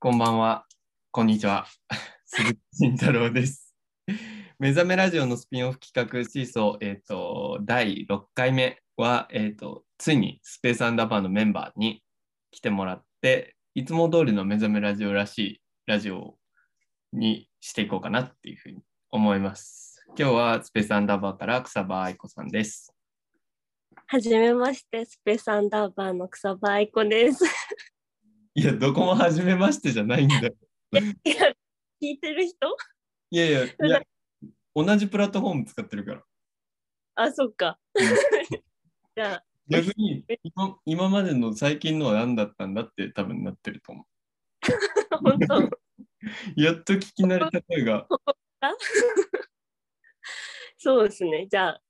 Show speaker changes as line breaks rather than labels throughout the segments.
こんばんは。こんにちは。 鈴木慎太郎です。目覚めラジオのスピンオフ企画シーソー、えっ、と、第6回目は、えっ、と、ついにスペースアンダーバーのメンバーに来てもらって、いつも通りの目覚めラジオらしいラジオにしていこうかなっていうふうに思います。今日はスペースアンダーバーから草場愛子さんです。
はじめまして、スペースアンダーバーの草場愛子です。
いや、どこも初めましてじゃないんだよ。
いや、聞いてる人
いやいや、いや同じプラットフォーム使ってるから。
あ、そっか。 じゃあ、
逆に今今までの最近のは何だったんだって多分なってると思
本当、
う。やっと聞き慣れた声が、
そうですね。じゃあ、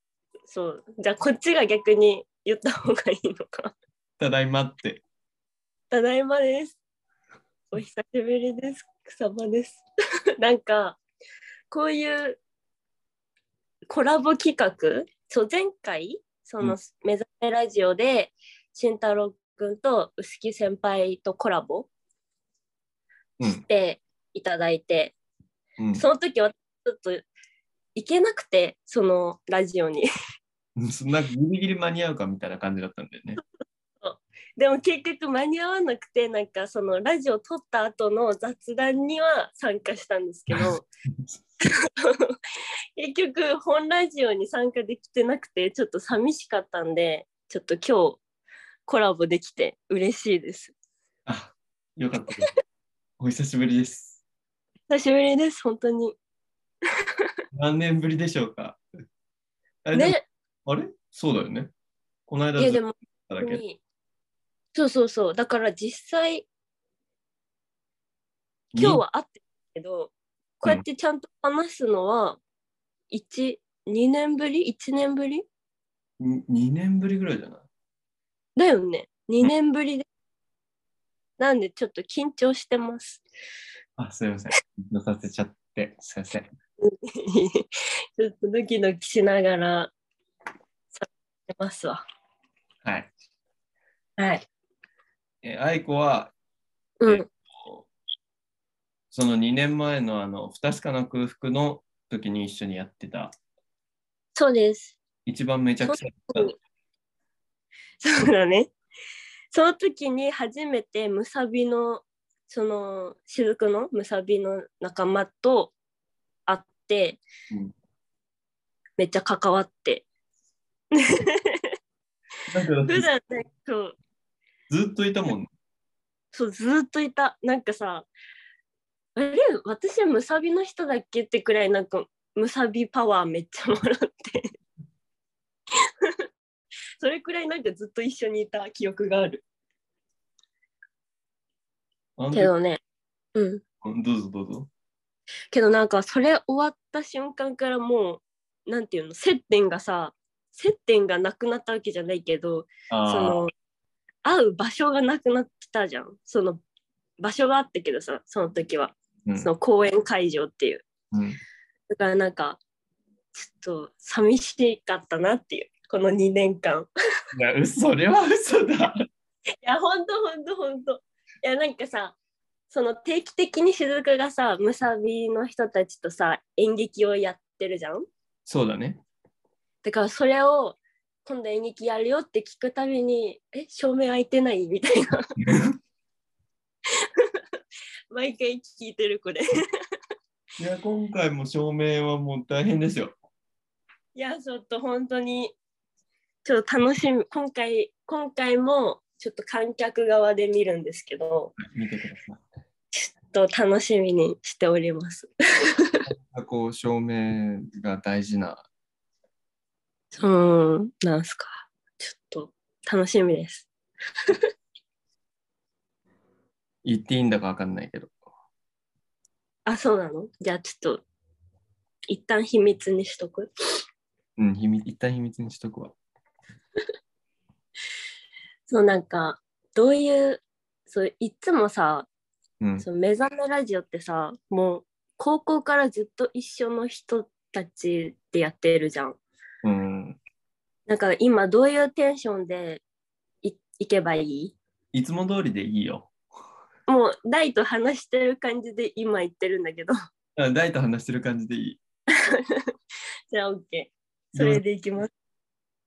そう。じゃあ、こっちが逆に言った方がいいのか。
ただいまって。
ただいまです。お久しぶりです。草場です。 なんか、こういうコラボ企画、そう、前回、そうの
ん、
目覚めラジオで、慎太郎くんと臼木先輩とコラボ
うん
していただいて、
うん
その時はちょっと行けなくて、そのラジオに。
うん、なんかギリギリ間に合うかみたいな感じだったんだよね。
でも結局間に合わなくてなんかそのラジオ撮った後の雑談には参加したんですけ ど結局本ラジオに参加できてなくてちょっと寂しかったんでちょっと今日コラボできて嬉しいです
あよかったです。お久しぶりです。
久しぶりです本当に
何年ぶりでしょうか。あれ,、
ね
あれそうだよね。この間
いや
ず
で
っ
も
とだけ。
にそうそうそうだから実際今日は会ってるけどこうやってちゃんと話すのは12年ぶり1年ぶり
にに2年ぶりぐらいじゃない
だよね。2年ぶりで。なんでちょっと緊張してます。
あ、すいません。出させちゃって、すいません。
ちょっとドキドキしながら、さってますわ。
はい。
はい。
え、愛子は
うん。
その2年前のあの不確かな空腹の時に一緒にやってた
そうです。
一番めちゃくちゃ
そうそうだね。その時に初めてムサビの、その、雫のムサビの仲間と会って、
うん
めっちゃ関わって。
なんか
普段ね、そう、
ずっといたもん、ね、
そうずーっといたなんかさあれ私ムサビの人だっけってくらいなんかムサビパワーめっちゃもらって それくらいなんかずっと一緒にいた記憶がある
あの時
けどねうん
どうぞどうぞ
けどなんかそれ終わった瞬間からもうなんていうの接点がさ接点がなくなったわけじゃないけどそ
あ
の会う場所がなくなってたじゃんその場所があったけどさその時は
ー
その公演会場っていう
うんうん
だからなんかちょっと寂しかったなっていうこの2年間
いや嘘それは嘘だ
いやほんとほんとほんといやなんかさその定期的に雫がさむさびの人たちとさ演劇をやってるじゃん
そうだ ね
だからそれを今度演劇やるよって聞くたびにえ照明開いてないみたいな 毎回聞いてるこれ
いや今回も照明はもう大変ですよ
いや、ちょっと本当に、ちょっと楽しみ、今回、今回もちょっと観客側で見るんですけど、
見てください
ちょっと楽しみにしております。
なんかこう照明が大事な
うん、なんすか。ちょっと楽しみです。
言っていいんだかわかんないけど
あ、そうなのじゃあちょっと、一旦秘密にしとく。
うん秘密一旦秘密にしとくわ
そう、なんか、どういう、そう、いつもさ、
うん
その目覚めラジオってさ、もう、高校からずっと一緒の人たちでやってるじゃん。
うん
なんか今どういうテンションでいいけばいい
いつも通りでいいよ
もう大と話してる感じで今言ってるんだけど
あ大と話してる感じでいい。
じゃあ OK それでいきます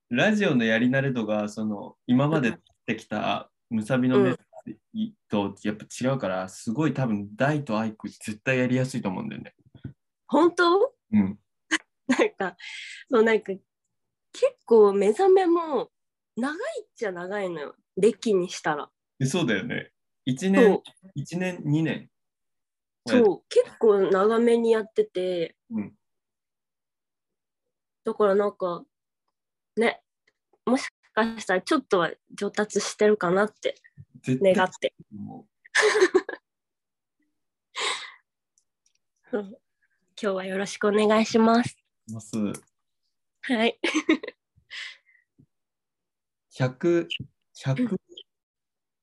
ラジオのやり慣れ度が、その、今までやってきたムサビのメッセージとやっぱ違うから、すごい多分、大とアイク絶対やりやすいと思うんだよね。
本当
うん。
なんかそうなんか結構目覚めも長いっちゃ長いのよ歴にしたら
でそうだよね。1
そ
年
う、
1年、2年。
そう結構長めにやってて、
うんだ
だからなんかねもしかしたらちょっとは上達してるかなって
絶対
願って
も
今日はよろしくお願いします
うます。
はい
100、100、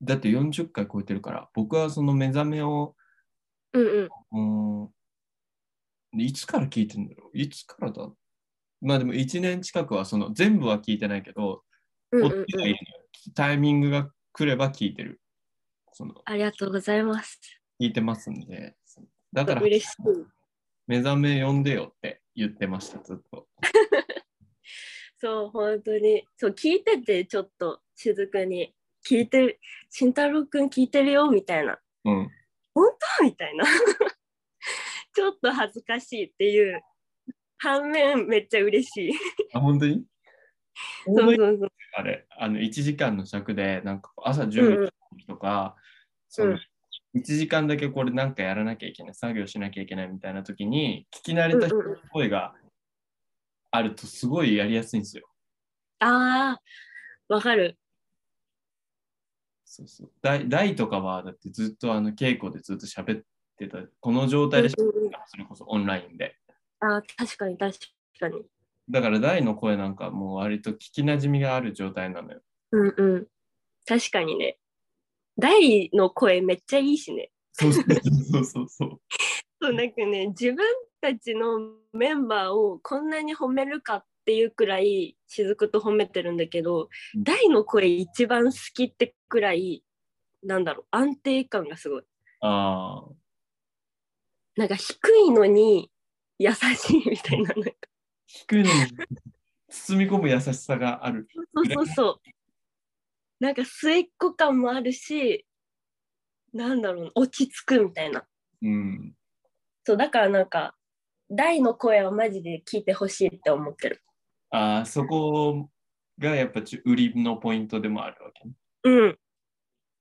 だって40回超えてるから、僕はその目覚めを、
うんうん
うーんいつから聞いてんだろういつからだまあでも1年近くはその全部は聞いてないけど、
うんうん
追って
う
はいるの
ん
よタイミングが来れば聞いてる。その
ありがとうございます
聞いてますんで。だから
嬉しい
目覚め呼んでよって言ってました、ずっと。
そう本当にそう聞いててちょっと雫に聞いてる慎太郎くん聞いてるよみたいな
うん。
みたいなちょっと恥ずかしいっていう反面めっちゃ嬉しい
あ、本当に
そうそうそう
あれ、あの1時間の尺で、なんか朝10時
うんうん
とか、その
うん
1時間だけこれなんかやらなきゃいけない、作業しなきゃいけないみたいな時に、聞き慣れた人の声があるとすごいやりやすいんですよ。
あーわかる
そうそう。大大とかは、だってずっとあの稽古でずっと喋ってた、この状態で喋ってたからそれこそオンラインで。
あー確かに確かに
だから大の声なんかもう割と聞きなじみがある状態なのよ。
うんうん確かにね大の声めっちゃいいしね
そうそうそうそうそう。
そうなんかね自分たちのメンバーをこんなに褒めるかっていうくらい雫と褒めてるんだけど
うん
大の声一番好きってくらいなんだろう安定感がすごい
ああ、
なんか低いのに優しいみたいななんか
低いのに包み込む優しさがある。
そうそうそうなんか末っ子感もあるしなんだろうな落ち着くみたいな
うん。
そうだからなんか大の声はマジで聞いてほしいって思ってる
ああ、そこがやっぱちゅ売りのポイントでもあるわけね。
うん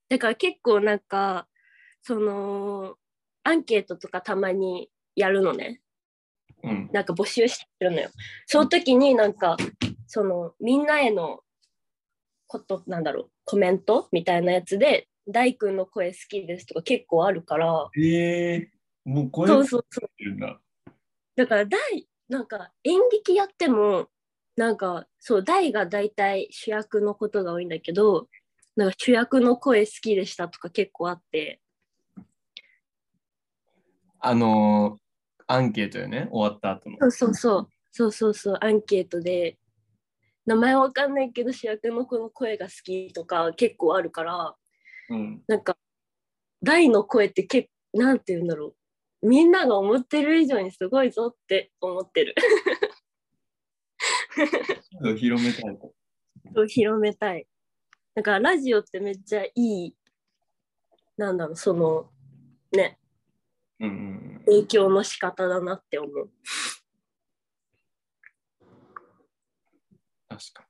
だから結構なんかそのアンケートとかたまにやるのね
うん。
なんか募集してるのよ。その時になんかそのみんなへのことなんだろうコメントみたいなやつで「大君の声好きです」とか結構あるから
ええもう声
そう
を
そうそう
てるんだ。
だから大なんか演劇やってもなんかそう大が大体主役のことが多いんだけどなんか主役の声好きでしたとか結構あって
あのーアンケートよね、終わった後の。
そうそうそうそうそうそうアンケートで名前わかんないけど主役の子の声が好きとか結構あるから。
うん。
なんか大の声ってけなんて言うんだろうみんなが思ってる以上にすごいぞって思ってる
広めたいと。
そう広めたいだからラジオってめっちゃいいなんだろうそのね
うんうんうん。
影響の仕方だなって思う
確か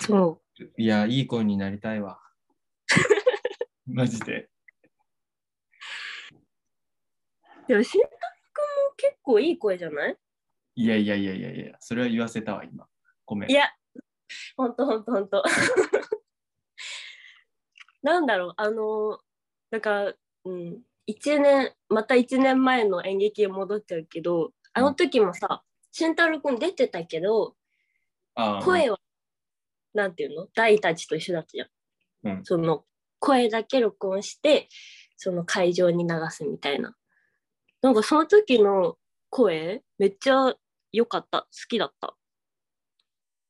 そう
に。いや、いい声になりたい わ。マジで。
でも慎太郎君も結構いい声じゃない
いやいやいやいやいや、それは言わせたわ、今。ごめん。
いやほんとほんとほんと なんだろうあのだからうん1年また1年前の演劇に戻っちゃうけどあの時もさ慎太郎くん出てたけど
あー
声は、なんていうの大たちと一緒だったじゃん、
うん
その声だけ録音してその会場に流すみたいななんかその時の声めっちゃ良かった好きだった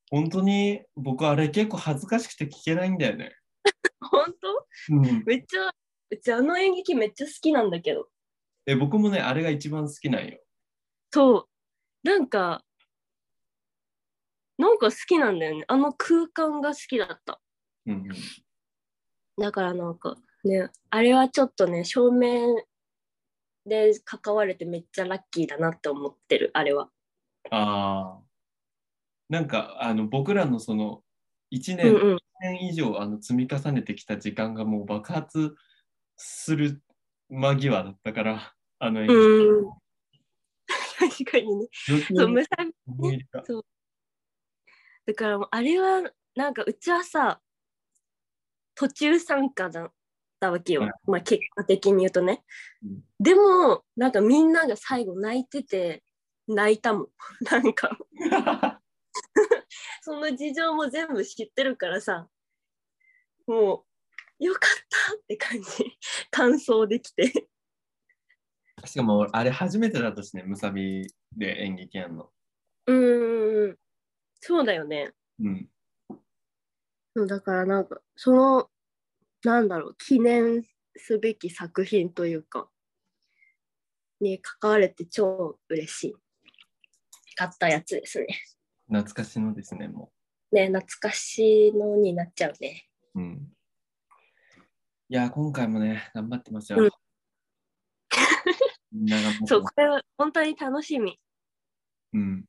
本当に僕あれ結構恥ずかしくて聞けないんだよね。
本当
うん、
めっちゃうちあの演劇めっちゃ好きなんだけど。
え、僕もね、あれが一番好きなんよ。
そう。なんか、なんか好きなんだよね。あの空間が好きだった。
うん
だからなんかね、あれはちょっとね、照明で関われてめっちゃラッキーだなって思ってる、あれは。
ああ。なんか、あの、僕らのその、1
うん
年、
うん。
年以上あの積み重ねてきた時間がもう爆発する間際だったから、あの演劇、
うん。 確かにね。
余計
そう、
に
むさ
思い入れが
だからもうあれはなんかうちはさ途中参加だったわけよ、
はい
まあ結果的に言うとね、
うん
でもなんかみんなが最後泣いてて泣いたもん なんかその事情も全部知ってるからさもうよかったって感じ感想できて
しかも、あれ初めてだとしてね、むさびで演劇やんの。
うーんそうだよね
うん。
そうだからなんかそのなんだろう記念すべき作品というかに関われて超嬉しい買ったやつですね。
懐かしのですね、も
ね懐かしいのになっちゃうね。
う。うん。いや、今回もね、頑張ってますよ。
うん
みんな頑張ってます
そうこれは本当に楽しみ
うん。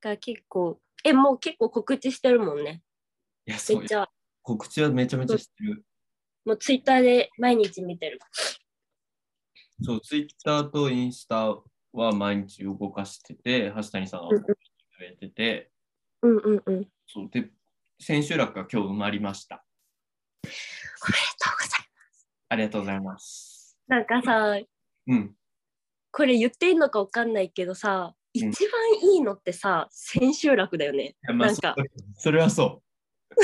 が結構えもう結構告知してるもんね。
いや、そ
め
う
っちゃ
告知はめちゃめちゃしてる。
もうツイッターで毎日見てる。
そう、ツイッターとインスタは毎日動かしてて、橋谷さんが
うんう
動
ん
かしてくれてて、
うんうんうん。おめでとうござい
そうで、千秋楽が今日埋まりました。
ます。
ありがとうございます。
なんかさ
うん。
これ言っていいのかわかんないけどさ一
うん
番いいのってさ千秋楽だよね。
いやまあ
なんか
それそれはそ
もう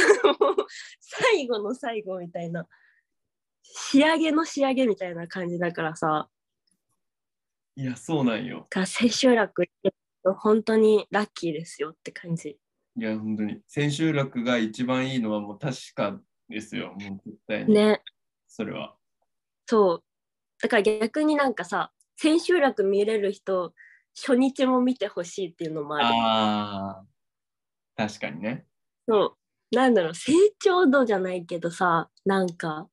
最後の最後みたいな仕上げの仕上げみたいな感じだからさ
う。いや、そうなんよ。
が千秋楽本当にラッキーですよって感じ
いや、本当に。千秋楽が一番いいのはもう確かですよ。もう絶対に。
ね
それは。
そうだから逆になんかさ千秋楽見れる人初日も見てほしいっていうのもある
ああ。確かにね。
そうなんだろう成長度じゃないけどさなんか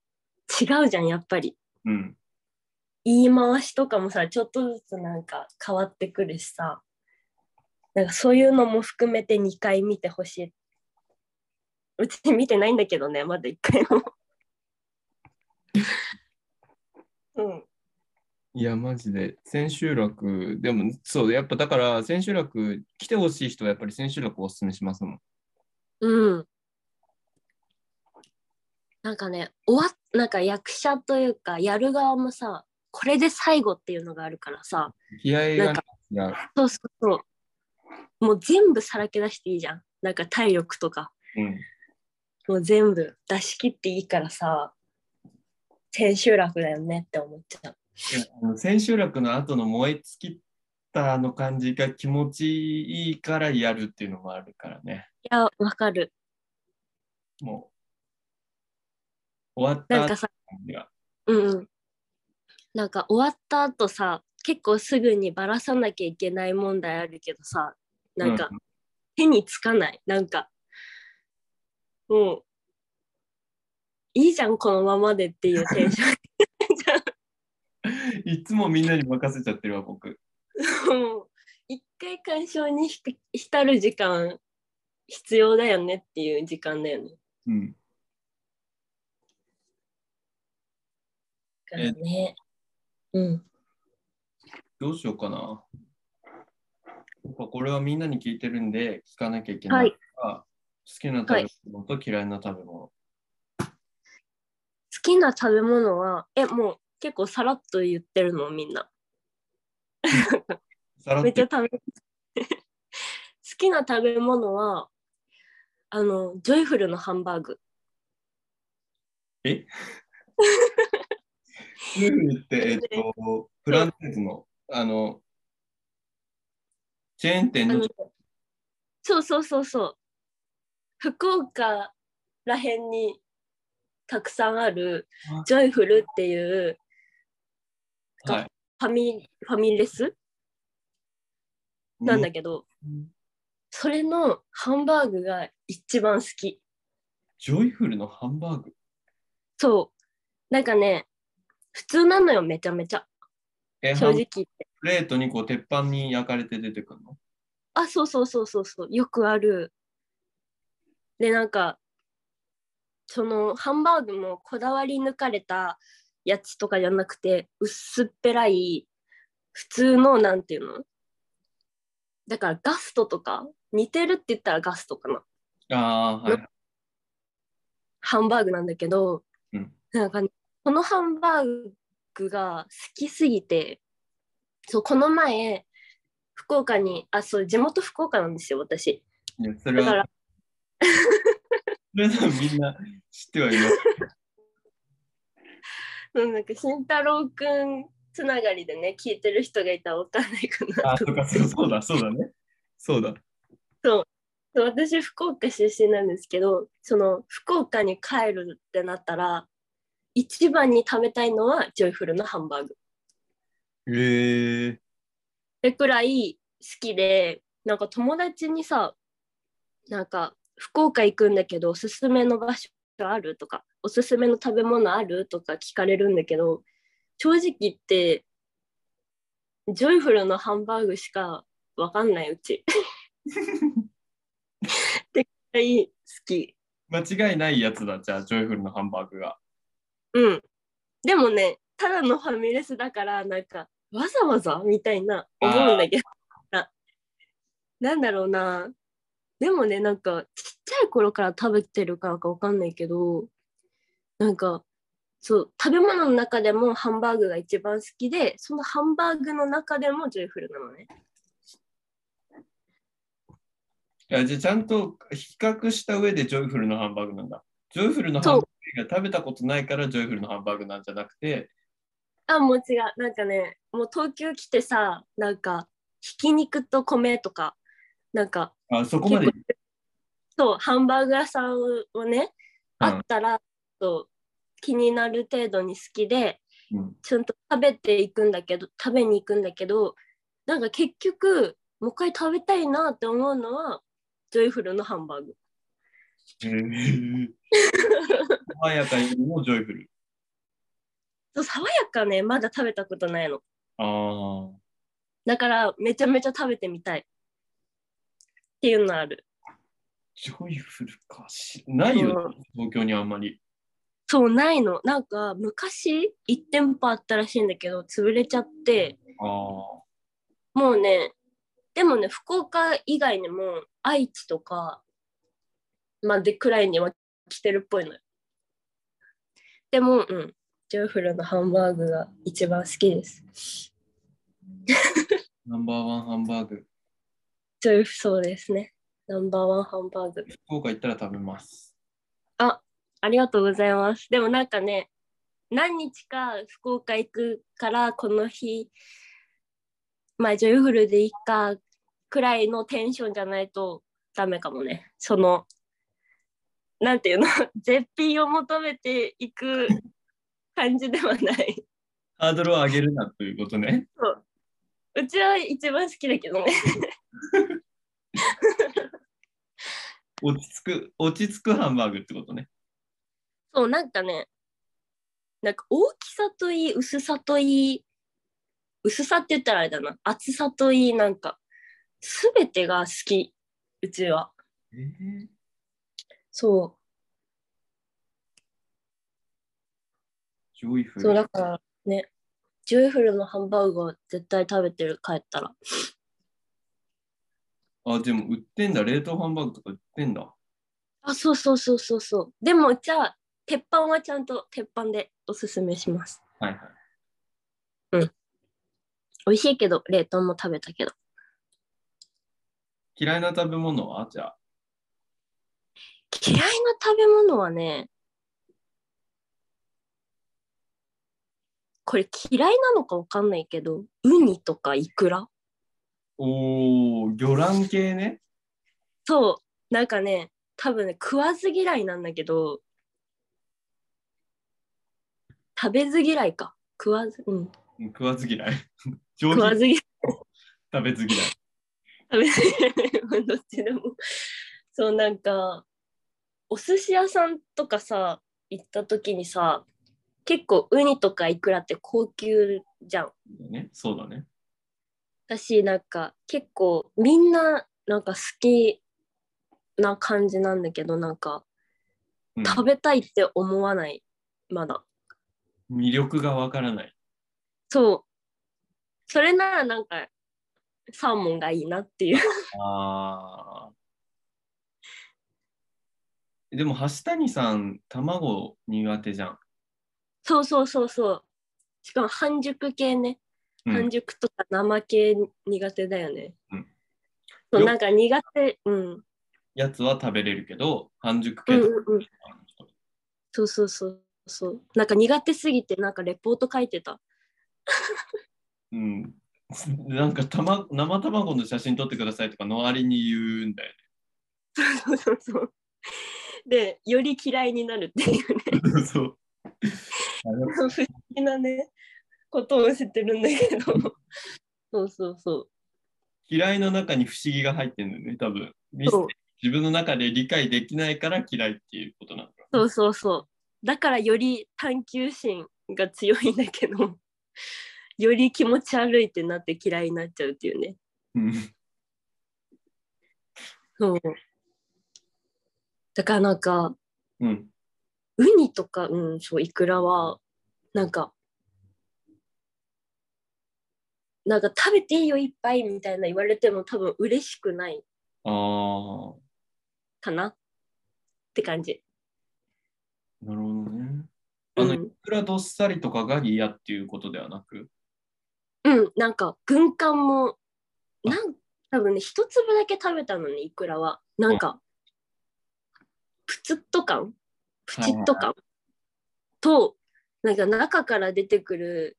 違うじゃんやっぱり
うん。
言い回しとかもさちょっとずつなんか変わってくるしさなんかそういうのも含めて2回見てほしいうち見てないんだけどねまだ1回もうん
いや、マジで。千秋楽、でも、そう、やっぱだから、千秋楽、来てほしい人はやっぱり千秋楽をおすすめしますもん。
うんなんかね終わっなんか役者というかやる側もさこれで最後っていうのがあるからさ
気合
な
がね
んか
違う。
そうそうそうもう全部さらけ出していいじゃんなんか体力とか
うん。
もう全部出し切っていいからさ千秋楽だよねって思っちゃう
いやあの千秋楽の後の燃え尽きたあの感じが気持ちいいからやるっていうのもあるからね。
いやわかる
もう。終わった
なん
後
か
の
さ
感じが。
うんうんなんか終わった後さ結構すぐにばらさなきゃいけない問題あるけどさなんか
う
手につかない、なんかもういいじゃんこのままでっていうテンシ
いつもみんなに任せちゃってるわ、僕。
ョ ンもう一回鑑賞にひ浸る時間必要だよねっていう時間だよね。
うん。
だからねうん
どうしようかな。やっぱこれはみんなに聞いてるんで聞かなきゃいけない。
はい
好きな食べ物と嫌いな食べ物。
好きな食べ物はえもう結構さらっと言ってるのみんな
さらっ
めっちゃ
と
食べ 好きな食べ物はあのジョイフルのハンバーグ
ルールって、えっと、フランチャイズの、あの、チェーン店
あ
の
のそうそうそうそう福岡らへんにたくさんあるジョイフルっていう
はい。
ファミファミレスなんだけど、
うん
それのハンバーグが一番好き。
ジョイフルのハンバーグ。
そう。なんかね、普通なのよ、めちゃめちゃ。
え、ハ
正
ン
直言って。
プレートにこう鉄板に焼かれて出てくるの
あ、そうそうそうそうそう、よくある。で、なんか、そのハンバーグもこだわり抜かれたやつとかじゃなくて、薄っぺらい、普通の、なんていうのだからガストとか、似てるって言ったらガストかな。
ああー、はい。
ハンバーグなんだけど、
うん
なんかね、このハンバーグが好きすぎてそうこの前福岡にあそう地元福岡なんですよ私
いやそれ
だか
は
ら、
それはみんな知ってはいます。
うん、なんか慎太郎くんつながりでね聞いてる人がいたら分かんないかな
あ、そうか、そうそうだ、そうだね。そうだ。
そう私福岡出身なんですけどその福岡に帰るってなったら一番に食べたいのはジョイフルのハンバーグ
へえ。
それくらい好きでなんか友達にさなんか福岡行くんだけどおすすめの場所あるとかおすすめの食べ物あるとか聞かれるんだけど正直言ってジョイフルのハンバーグしかわかんないうち。で好き。
間違いないやつだ、じゃあ、ジョイフルのハンバーグが。
うん。でもねただのファミレスだからなんかわざわざみたいな思うんだけどななんだろうなでもねなんかちっちゃい頃から食べてるからかわかんないけどなんかそう食べ物の中でもハンバーグが一番好きでそのハンバーグの中でもジョイフルなのね
いやじゃあちゃんと比較した上でジョイフルのハンバーグなんだ。ジョイフルのハンバーグが食べたことないからジョイフルのハンバーグなんじゃなくて、
あもう違うなんかねもう東京来てさなんかひき肉と米とかなんか
あそこまで
結そうハンバーグ屋さんをね、
うん
あったらそう気になる程度に好きで
うん
ちゃんと食べていくんだけど食べに行くんだけどなんか結局もう一回食べたいなって思うのはジョイフルのハンバーグ
へー爽やかにもジョイフル。
そう爽やかねまだ食べたことないの
ああ。
だからめちゃめちゃ食べてみたいっていうのある
ジョイフルか。しないよ、ね、東京にあんまり。
そうないのなんか昔1店舗あったらしいんだけど潰れちゃって
ああ。
もうね、でもね、福岡以外にも愛知とか、まあ、でくらいには来てるっぽいのよ。でも、うん、ジョイフルのハンバーグが一番好きです。
ナンバーワンハンバーグ。
ジョイフそうですね。ナンバーワンハンバーグ。
福岡行ったら食べます。
ありがとうございます。でもなんかね、何日か福岡行くから、この日、まあ、ジョイフルでいいかくらいのテンションじゃないとダメかもね。その、なんていうの、 絶品を求めていく感じではない。
ハードルを上げるなということね。
うちは一番好きだけどね。
落ち着く、落ち着くハンバーグってことね。
そう、なんかね、なんか大きさといい、薄さといい、薄さって言ったらあれだな、厚さといい、なんか、すべてが好き、うちは。
えー、
そ
ジョイフル。
う、そう、だからね、ジョイフルのハンバーグは絶対食べてる、帰ったら。
あ、でも売ってんだ。冷凍ハンバーグとか売ってんだ。
あ、そうそうそうそうそう。でも、じゃあ、鉄板はちゃんと鉄板でおすすめします。
はいはい。
美味しいけど、冷凍も食べたけど。
嫌いな食べ物はじゃあ。
嫌いな食べ物はねこれ嫌いなのかわかんないけどウニとかイクラ
おー、魚卵系ね。
そうなんかね多分ね食わず嫌いなんだけど食べず嫌いか。食わず、うん。
食わず嫌い。上
食わ
品
ず嫌い。
食べず嫌い。
食べず嫌い。どっ ちでも。そう、なんか、お寿司屋さんとかさ、行った時にさ、結構ウニとかイクラって高級じゃん。
ね、そうだね。
私なんか結構みんななんか好きな感じなんだけどなんか
うん
食べたいって思わないまだ
魅力がわからない。
そうそれならなんかサーモンがいいなっていう
あーでも橋谷さん卵苦手じゃん。
そうそうそうそうしかも半熟系ね、
うん
半熟とか生系苦手だよね、
うん
そう
よ
なんか苦手うん
やつは食べれるけど半熟
うん
系と
うんうん
か
そうそうそうそうなんか苦手すぎてなんかレポート書いてた
うん、なんかた、ま、生卵の写真撮ってくださいとかのわりに言うんだよ
そうそうそう。で、より嫌いになるっていうね、
ね。 そう
不思議なね、ことをしてるんだけど。そうそうそ
嫌いの中に不思議が入ってるんだよね多分
う。そう
自分の中で理解できないから嫌いっていうことなんだろう
そうそうそう。だからより探求心が強いんだけど、より気持ち悪いってなって嫌いになっちゃうっていうね。
うん
そう。だからなんか、
うん
ウニとか、うん、そう、イクラは、なんか、なんか食べていいよ、いっぱいみたいな言われても多分嬉しくない
ああ
かなって感じ。
なるほどね。あ
う
の、い
ん、
くらどっさりとかが嫌っていうことではなく、
うん、なんか軍艦も、なん多分ね、一粒だけ食べたのに、イクラは。なんか、プツッと感プチッと感と、なんか中から出てくる、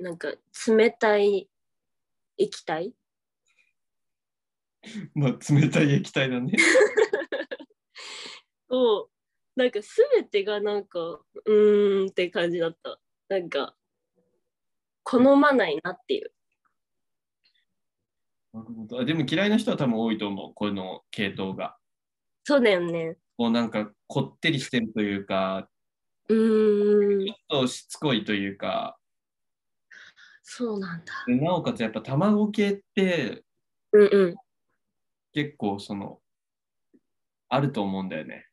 なんか冷たい液体
まあ、冷たい液体 だね。
をなんか全てがなんかうーんって感じだったなんか好まないなっていう
なるほどあでも嫌いな人は多分多いと思う、この系統が。
そうだよね
こうなんかこってりしてるというか、
うーん
ちょっとしつこいというか、
そうなんだ
でなおかつやっぱ卵系って
うんうん
結構その、あると思うんだよね。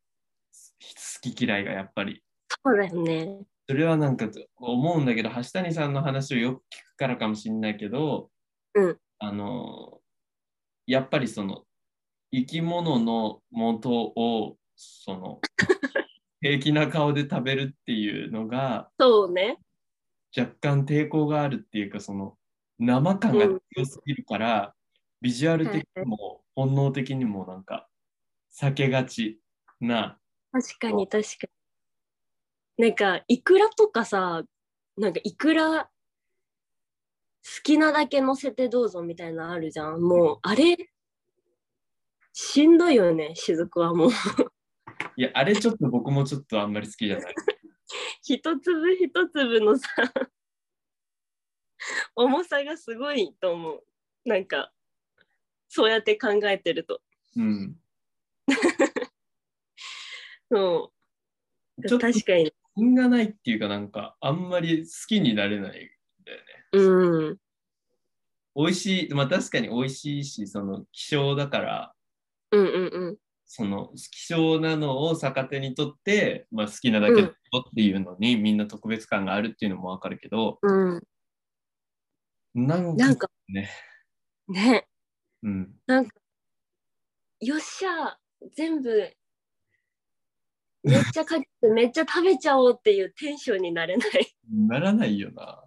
好き嫌いがやっぱり。
そうだよね
それはなんか思うんだけど、橋谷さんの話をよく聞くからかもしれないけど、
うん
あのやっぱりその生き物の元をそ の平気な顔で食べるっていうのが
そうね
若干抵抗があるっていうかその生感が強すぎるから、ビジュアル的にも本能的にもなんか避けがちな
確かに確かになんかイクラとかさなんかイクラ好きなだけ乗せてどうぞみたいなのあるじゃんもうあれしんどいよね雫はもう
いやあれちょっと僕もちょっとあんまり好きじゃない。
一粒一粒のさ 重さがすごいと思うなんかそうやって考えてると
うん、
そ
ちょ
う
っと
確かに
品がないっていうかなんかあんまり好きになれない
うん
美味しい、まあ確かに美味しいし、その希少だから、
うんうんうん
その希少なのを逆手にとって、まあ好きなだけのっていうのに、みんな特別感があるっていうのもわかるけど、
うん
なんか、
なんか
ね
ね
うん、
よっしゃ全部めっちゃかけてめっちゃ食べちゃおうっていうテンションになれない
ならないよな。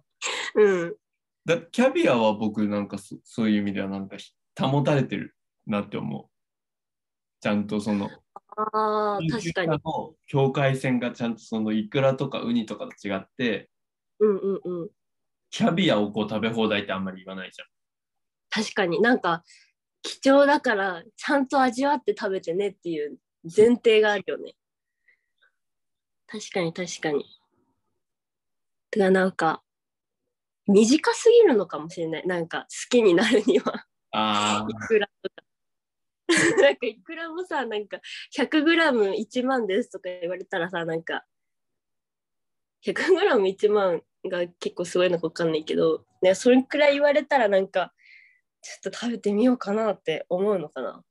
うん
だキャビアは僕なんかそそういう意味ではなんかひ保たれてるなって思う。ちゃんとその、
あー確かに
の境界線がちゃんとそのイクラとかウニとかと違って、
うんうんうん
キャビアをこう食べ放題ってあんまり言わないじゃん。
確かになんか貴重だからちゃんと味わって食べてねっていう前提があるよね。確かに確かに。てかなんか短すぎるのかもしれないなんか好きになるには
あ
いくらとか なんかいくらもさなんか 100g1 万ですとか言われたらさなんか 100g1 万が結構すごいのか分かんないけど、ね、それくらい言われたらなんかちょっと食べてみようかなって思うのかな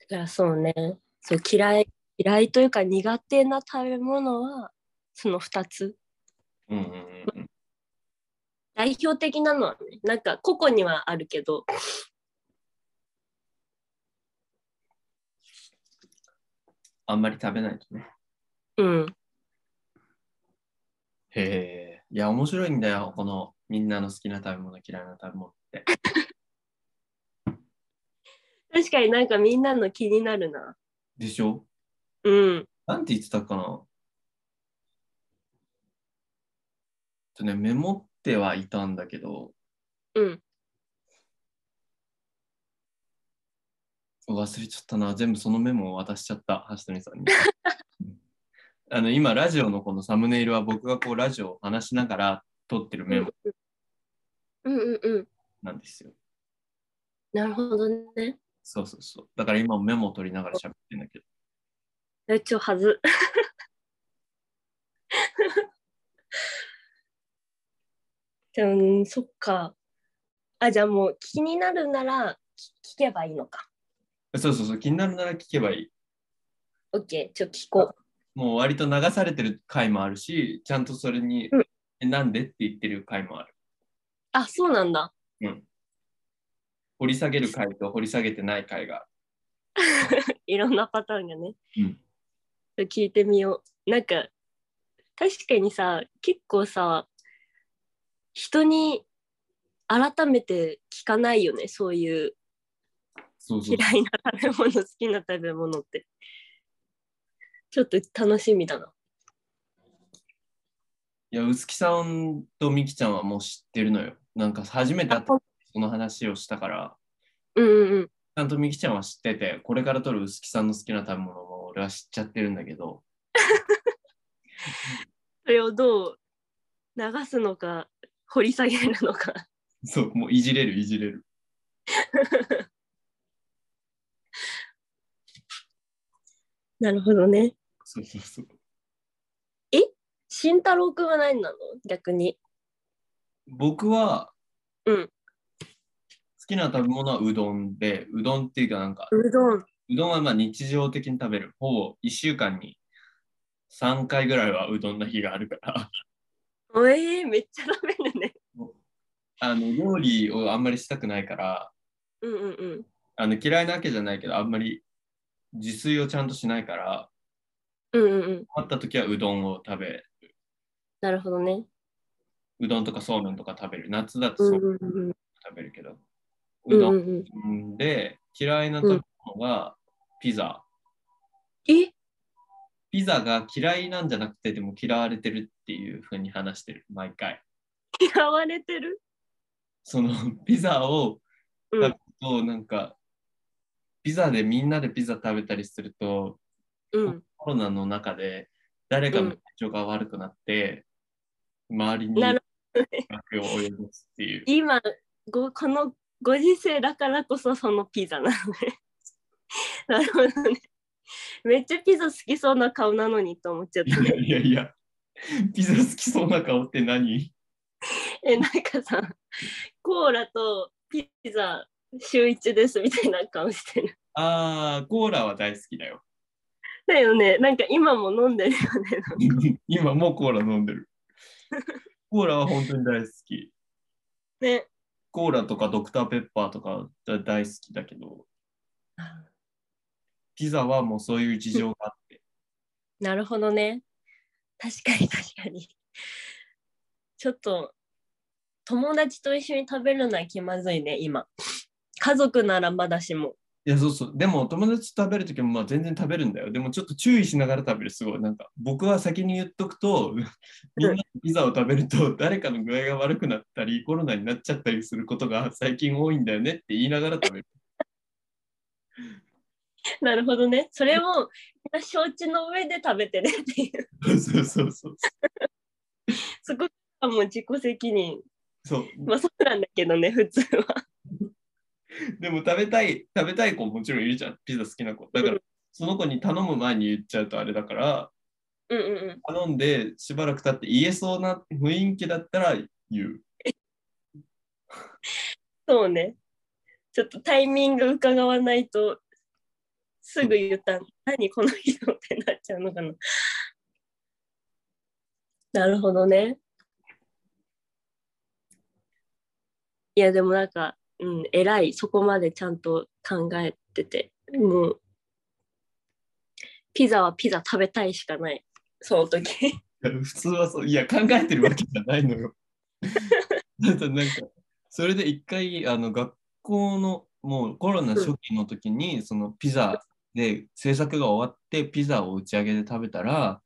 だからそうねそう嫌い嫌いというか苦手な食べ物はその2つ
ーうんうんうん
代表的なのはねなんか個々にはあるけど
あんまり食べないとね。
うん
へえ。いや、面白いんだよ。このみんなの好きな食べ物、嫌いな食べ物って。
確かになんかみんなの気になるな
でしょ
うん
なんて言ってたかなえっとね、メモってはいたんだけど、
うん
忘れちゃったな。全部そのメモを渡しちゃった、橋谷さんに。あの今、ラジオのこのサムネイルは僕がこうラジオを話しながら撮ってるメモ
うんうんうん
なんですよ。
なるほどね
そうそうそう。だから今メモを取りながら喋ってるんだけど。
えちょは ずでもうんそっかあじゃあもう気になるならき聞けばいいのか
そうそうそう、気になるなら聞けばいい。
OK ちょ聞こ
もう割と流されてる回もあるし、ちゃんとそれに、
うん
えなんでって言ってる回もある。
うあそうなんだ
掘り下げる回と掘り下げてない回がある。
いろんなパターンがね、
うん
聞いてみようなんか確かにさ結構さ人に改めて聞かないよねそういう
そうそ
嫌
うそう
いな食べ物好きな食べ物ってちょっと楽しみだない
や、薄木さんとみきちゃんはもう知ってるのよ。なんか初めて会った時その話をしたから、
うんうんうん
ちゃんとみきちゃんは知ってて、これから撮る薄木さんの好きな食べ物も俺は知っちゃってるんだけど、
それをどう流すのか掘り下げるのか
そう、もういじれる、いじれる。
なるほどね
そうそうそう。
慎太郎くんは何なの逆に
僕は、
うん
好きな食べ物はうどんで、うどんっていうかなんか、
うどん
うどんはまあ日常的に食べる。ほぼ1週間に3回ぐらいはうどんの日があるから、
えー、めっちゃ食べるね
あの料理をあんまりしたくないから、
うんうんうん
あの嫌いなわけじゃないけど、あんまり自炊をちゃんとしないから、
うんうんうん、
困った時はうどんを食べ、
なるほどね。
うどんとかそうめんとか食べる。夏だと
う
そ
ん
うめん
うんうん
食べるけど、
う
うんど
うんんうん。
で、嫌いな食べ物がピザ。
え
ピザが嫌いなんじゃなくて、でも嫌われてるっていうふうに話してる、毎回。
嫌われてる
その ピザを
う
食
ん
べると、なんか、ピザでみんなでピザ食べたりすると、
うん。
コロナの中で誰かの体調が悪くなって、周りに
なる
悪を及ぼすっていう。
今ご、このご時世だからこそそのピザなのね。 なるほどね。めっちゃピザ好きそうな顔なのにと思っちゃっ
い
た。
やいやいや、ピザ好きそうな顔って何
え、なんかさ、コーラとピザ週一ですみたいな顔してる。
あー、コーラは大好きだよ。
だよね。なんか今も飲んでるよね。
今もうコーラ飲んでる。コーラは本当に大好き。
ね。
コーラとかドクターペッパーとかだ大好きだけど、ピザはもうそういう事情があって。
なるほどね。確かに確かに。ちょっと友達と一緒に食べるのは気まずいね、今。家族ならまだしも。
いや、そうそう。でも、友達と食べるときも、まあ、全然食べるんだよ。でも、ちょっと注意しながら食べる。すごい。なんか、僕は先に言っとくと、みんなでピザを食べると、 誰かの具合が悪くなったり、コロナになっちゃったりすることが最近多いんだよねって言いながら食べる。
なるほどね。それを承知の上で食べてねっていう、
そうそうそうそう。
そこはもう自己責任。
そう
まあそうなんだけどね、普通は。
でも食べたい、食べたい子もちろんいるじゃん。ピザ好きな子。だか
う
ら、その子に頼む前に言っちゃうとあれだから、
うんうんうん。
頼んでしばらく経って言えそうな雰囲気だったら言う。
そうね。ちょっとタイミング伺わないと、すぐ言った、何この人ってなっちゃうのかな。なるほどね。いや、でもなんか、うん、偉い、そこまでちゃんと考えてて、もう、ピザはピザ食べたいしかない、その時。
いや 普通はそう、いや、考えてるわけじゃないのよ。ただなんか、それで一回、あの、学校の、もうコロナ初期の時に、そのピザで制作が終わって、ピザを打ち上げで食べたら、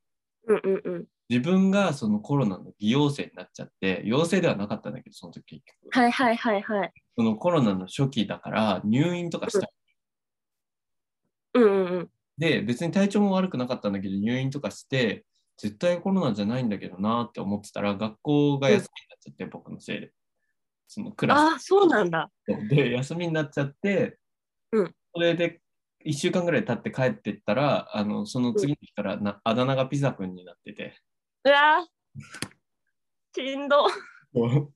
うんうんうん。
自分がそのコロナの偽陽性になっちゃって、陽性ではなかったんだけど、その時、
はいはいはいはい。
そのコロナの初期だから入院とかした。
うんうんうん。
で、別に体調も悪くなかったんだけど、入院とかして、絶対コロナじゃないんだけどなって思ってたら、学校が休みになっちゃって、僕のせいで。そのクラス
ああ、そうなんだ。
で休みになっちゃって、
うん
それで1週間ぐらい経って帰ってったらあのその次の日からな、あだ名がピザくんになってて
うわーしんど。
もう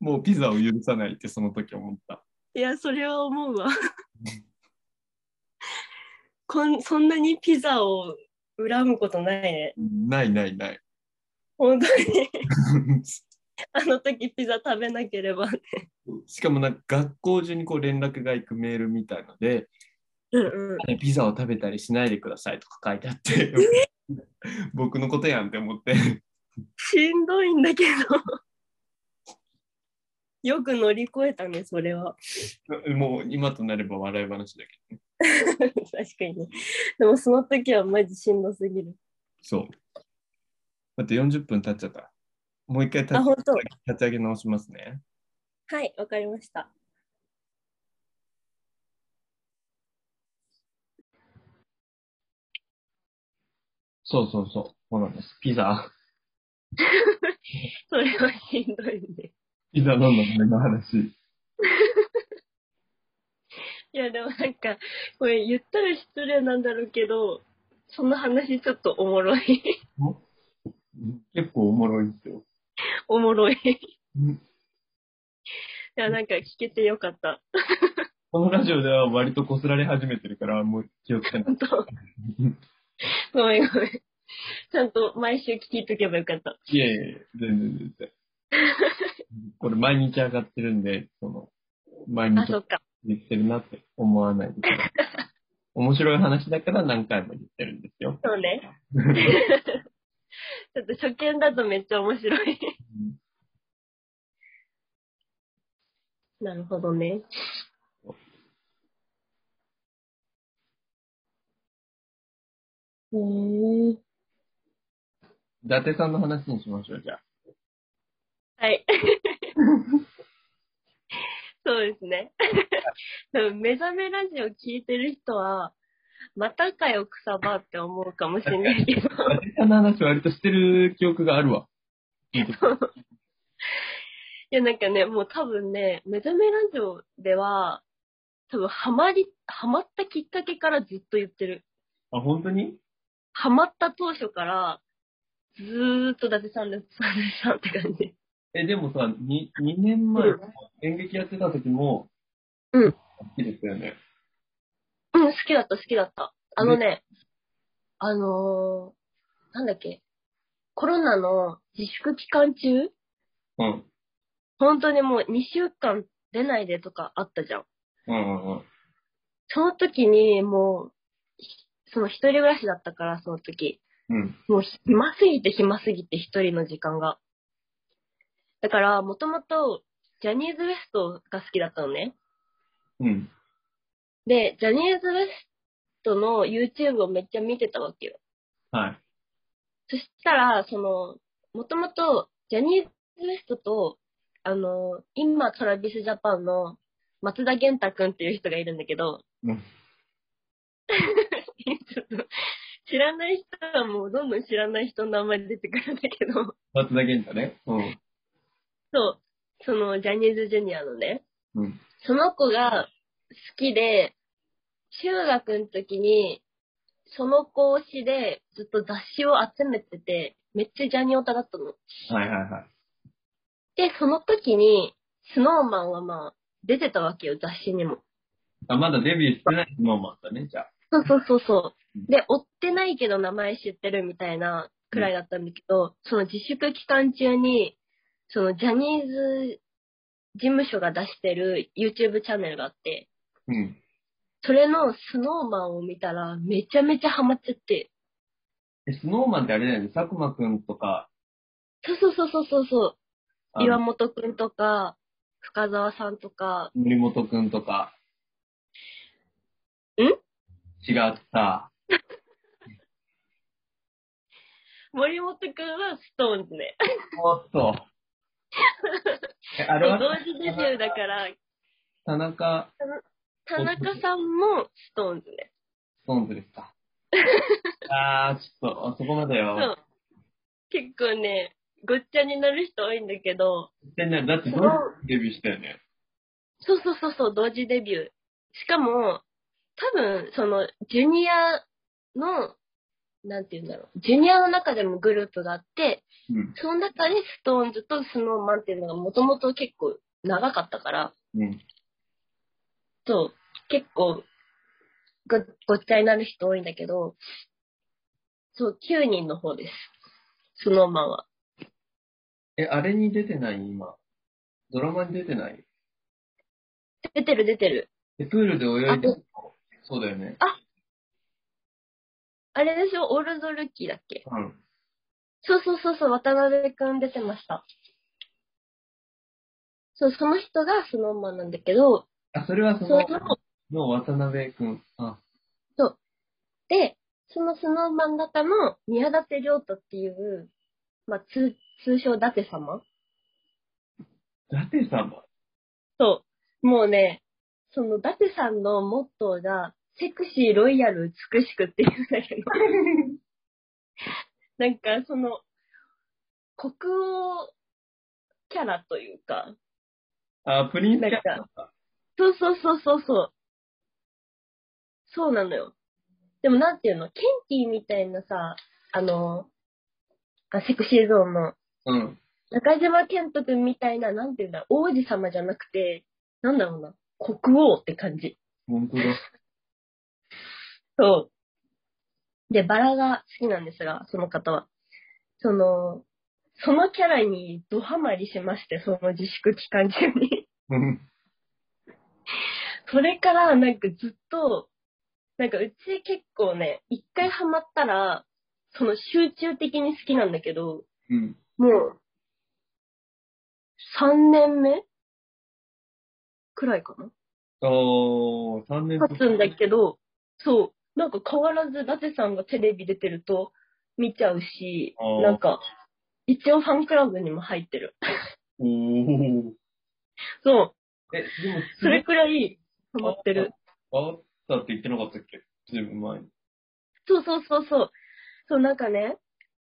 もうピザを許さないってその時思った
いや、それは思うわ。こんそんなにピザを恨むことないね。
ないないない
本当に。あの時ピザ食べなければ。
しかもなんか学校中にこう連絡が行くメールみたいので
うんうん。
「ピザを食べたりしないでください」とか書いてあって 僕のことやんって思って
しんどいんだけど。よく乗り越えたね、それは。
もう今となれば笑い話だけど
確かにね。でもその時はマジしんどすぎる。
そう。だって40分経っちゃった。もう一回立
あ、本当。
立ち上げ直しますね。
はい、わかりました。
そうそうそう。そうなんです。ピザ。
それはしんどいね。
ピザの名前の話。
いやでもなんかこれ言ったら失礼なんだろうけどその話ちょっとおもろい
結構おもろいですよ。
おもろいい
うん
やなんか聞けてよかった
このラジオでは割とこすられ始めてるから、もう気をつけない。
本当ごめんごめんちゃんと毎週聞いとけばよかった
いやいやいや、全然全 然。これ毎日上がってるんで、その、毎
あ
日
そっか
言ってるなって思わないでください。 面白い話だから何回も言ってるんですよ。
そうねちょっと初見だとめっちゃ面白いなるほどねへえ
伊達さんの話にしましょう、じゃあ。
はい。そうですね。でも目覚めラジオ聞いてる人は、またかよ草場って思うかもしれないけど、
伊達さんの話割としてる記憶があるわ。
いやなんかね、もう多分ね、目覚めラジオでは、多分ハマり、ハマったきっかけからずっと言ってる。
あ、本当に
ハマった当初から、ずーっと伊達さんです、伊達さんって感じ。
え、でもさ、2, 2年前、
うん
演劇やってた時も、
うん
好きでしたよね。
うん、好きだった、好きだった。あのね、あのー、なんだっけ、コロナの自粛期間中、
うん。
本当にもう2週間出ないでとかあったじゃん。
うんうんうん。
その時に、もう、ひその一人暮らしだったから、その時。
うん。
もう暇すぎて暇すぎて一人の時間が。だから、もともと、ジャニーズ WEST が好きだったのね。
うん。
で、ジャニーズ WEST の YouTube をめっちゃ見てたわけよ。
はい。
そしたら、その、もともと、ジャニーズ WEST と、あの、今、トラビスジャ パンの松田元太くんっていう人がいるんだけど、
うん
ちょっと知らない人はもうどんどん知らない人の名前出てくるんだけど、
松田元太ね。うん。
そう、そのジャニーズジュニアのね、
うん。
その子が好きで、中学の時に、その子推しでずっと雑誌を集めてて、めっちゃジャニオタだったの。
はいはいはい。
で、その時に、スノーマンはまあ、出てたわけよ、雑誌にも。
あ、まだデビューしてないのもあったね、じゃあ。
そうそうそうそう。で、追ってないけど名前知ってるみたいなくらいだったんだけど、その自粛期間中に、そのジャニーズ事務所が出してる YouTube チャンネルがあって、
うん。
それのスノーマンを見たらめちゃめちゃハマっちゃって、
え、スノーマンってあれだよね、佐久間くんとか、
そうそうそうそうそうそ
あ
う、
の
岩本くんとか、深澤さんとか、
森本くんとか。
ん
違った。
森本くんはストーンズね。
おっ と。えあれ
同
は
時デビューだから、
田中
田中さんもストーンズね。
ストーンズです か。あー、ちょっと、あそこまで
そ
よ。
う。結構ね、ごっちゃになる人多いんだけど、
全然だってどうやってデビューしたよね。
そうそうそうそう、同時デビュー。しかも、多分、その、ジュニアの、なんて言うんだろう、ジュニアの中でもグループがあって、
うん。
その中でストーンズとスノーマンっていうのがもともと結構長かったから、
うん。
そう、結構ご、ごっちゃになる人多いんだけど、そう、9人の方です。スノーマンは。
え、あれに出てない今。ドラマに出てない
出てる出てる。
え、プールで泳いでるのそうだよね。
あれでしょオールドルッキーだっけ
うん。
そうそうそうそう、渡辺くん出てました。そう、その人がスノーマンなんだけど、
あ、それはそ
その
の、、の渡辺くん。あ、
で、そのスノーマン型の宮舘亮太っていう、まあ、通、通称舘様
だてさんは
そう。もうね、その舘さんのモットーが、セクシー、ロイヤル、美しくっていうんだけど。なんか、その、国王キャラというか、
あ、プリンスキャラだった。
そうそうそうそうそう。そうなのよ。でもなんていうのケンティーみたいなさ、あの、あセクシーゾーンの
うん。
中島健人君みたいな、なんていうんだろう王子様じゃなくて、なんだろうな、国王って感じ。
本当だ。
そう。で、バラが好きなんですが、その方は。その、そのキャラにドハマりしまして、その自粛期間中に。
うん。
それから、なんかずっと、なんかうち結構ね、一回ハマったら、その集中的に好きなんだけど、
うん。
もう、3年目くらいかな
おー、3年
経つんだけど、そう、なんか変わらず舘さんがテレビ出てると見ちゃうし
あー、
なんか、一応ファンクラブにも入ってる。
おー。
そう、
え、でも、
それくらいハマってる。
あったって言ってなかったっけずいぶん前に。
そうそうそうそう。そう、なんかね、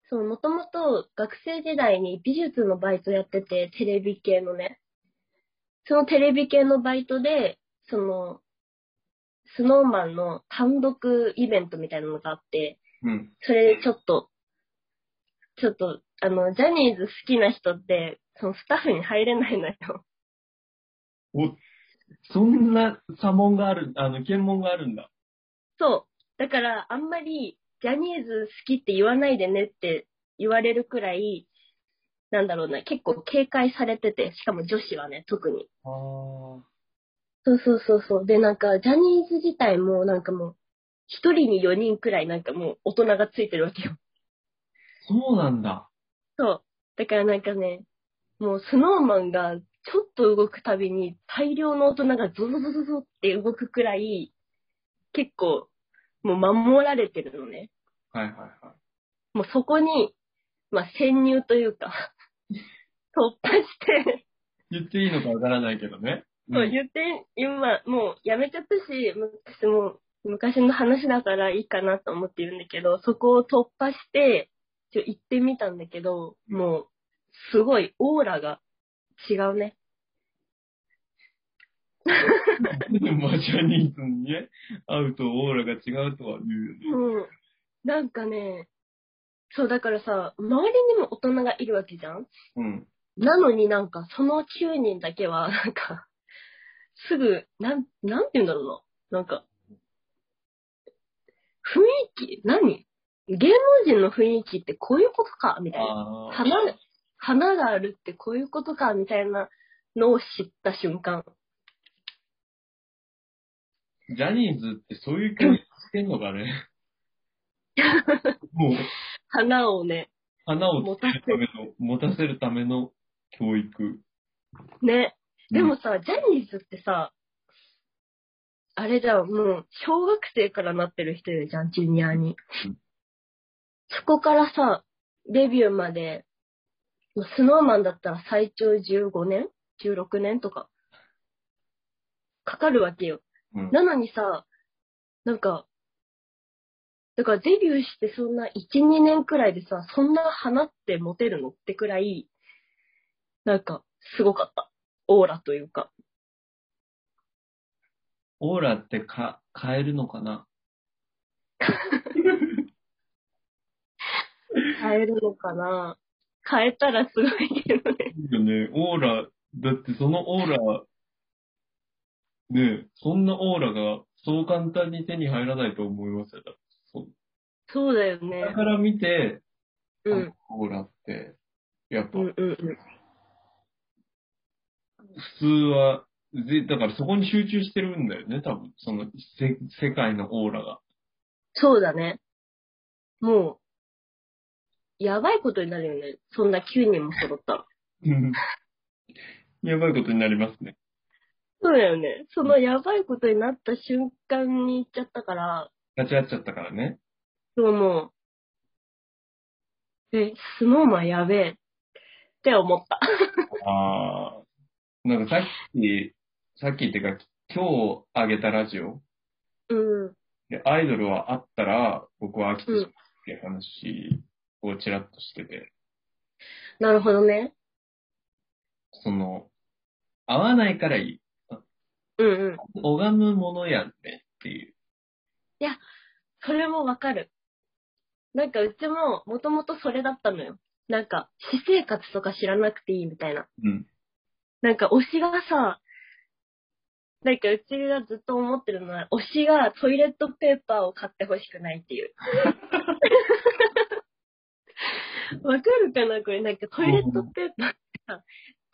そう、もともと学生時代に美術のバイトやってて、テレビ系のね。そのテレビ系のバイトで、その、スノーマンの単独イベントみたいなのがあって、
うん。
それでちょっと、ちょっと、あの、ジャニーズ好きな人って、そのスタッフに入れないのよ。
そんな差問がある、あの、検問があるんだ。
そう。だから、あんまり、ジャニーズ好きって言わないでねって言われるくらい、なんだろうな、結構警戒されてて、しかも女子はね、特に。
あー。
そうそうそうそう。で、なんか、ジャニーズ自体も、なんかもう、一人に4人くらい、なんかもう、大人がついてるわけよ。
そうなんだ。
そう。だからなんかね、もう、スノーマンが、ちょっと動くたびに、大量の大人がゾゾゾゾゾって動くくらい、結構、もう守られてるのね。
はいはいはい。
もうそこに、まあ、潜入というか、 突破して、
言っていいのかわからないけどね。
そう言って、今、もうやめちゃったし、昔もう昔の話だからいいかなと思ってるんだけど、そこを突破して、ちょ行ってみたんだけど、もう、すごいオーラが違うね。
マジャニーズにね、会うとオーラが違うとは言うよね。
もう、なんかね、そうだからさ、周りにも大人がいるわけじゃん
うん。
なのになんか、その9人だけは、なんか、すぐ、なん、なんて言うんだろうな。なんか、雰囲気何芸能人の雰囲気ってこういうことかみたいな。
あー
花が、花があるってこういうことかみたいなのを知った瞬間。
ジャニーズってそういう教育してんのか ね。もう、
花をね、
花を
持たせ
作るための、持たせるための教育。
ね。で
う
も
ん、
さ、ジャニーズってさ、あれじゃん、もう、小学生からなってる人いるじゃん、ジュニアに
うん。
そこからさ、デビューまで、スノーマンだったら最長15年 ?16 年とか、かかるわけよ。
うん
なのにさ、なんか、だからデビューしてそんな1、2年くらいでさ、そんな花ってモテるのってくらい、なんか、すごかった。オーラというか。
オーラってか変えるのかな
変えるのかな変えたらすごいけどね。
いいよね。オーラ、だってそのオーラ、ねえそんなオーラがそう簡単に手に入らないと思いますよ。
そうだよ
だ
ね。
から見て、
うん。
オーラって、やっぱ
うんうんうん。
普通は、ぜだからそこに集中してるんだよね、多分。そのせ世界のオー ラが。
そうだね。もう、やばいことになるよね。そんな9人も揃ったら。
うんやばいことになりますね。
そうだよね。そのやばいことになった瞬間に行っちゃったから、
立ち会っちゃったからね。
そうもう、え、スノーマンやべえって思った。
ああ。なんかさっき、さっきっていうか、今日あげたラジオ
うん。
で、アイドルはあったら、僕は飽きてしまうっていう話をちらっとしてて、
なるほどね。
その、合わないからいい。
うんうん。
拝むものやんねっていう。
それもわかる。なんかうちももともとそれだったのよ。なんか、私生活とか知らなくていいみたいな。
うん。
なんか推しがさ、なんかうちがずっと思ってるのは、推しがトイレットペーパーを買ってほしくないっていう。わかるかなこれなんかトイレットペーパーってさ、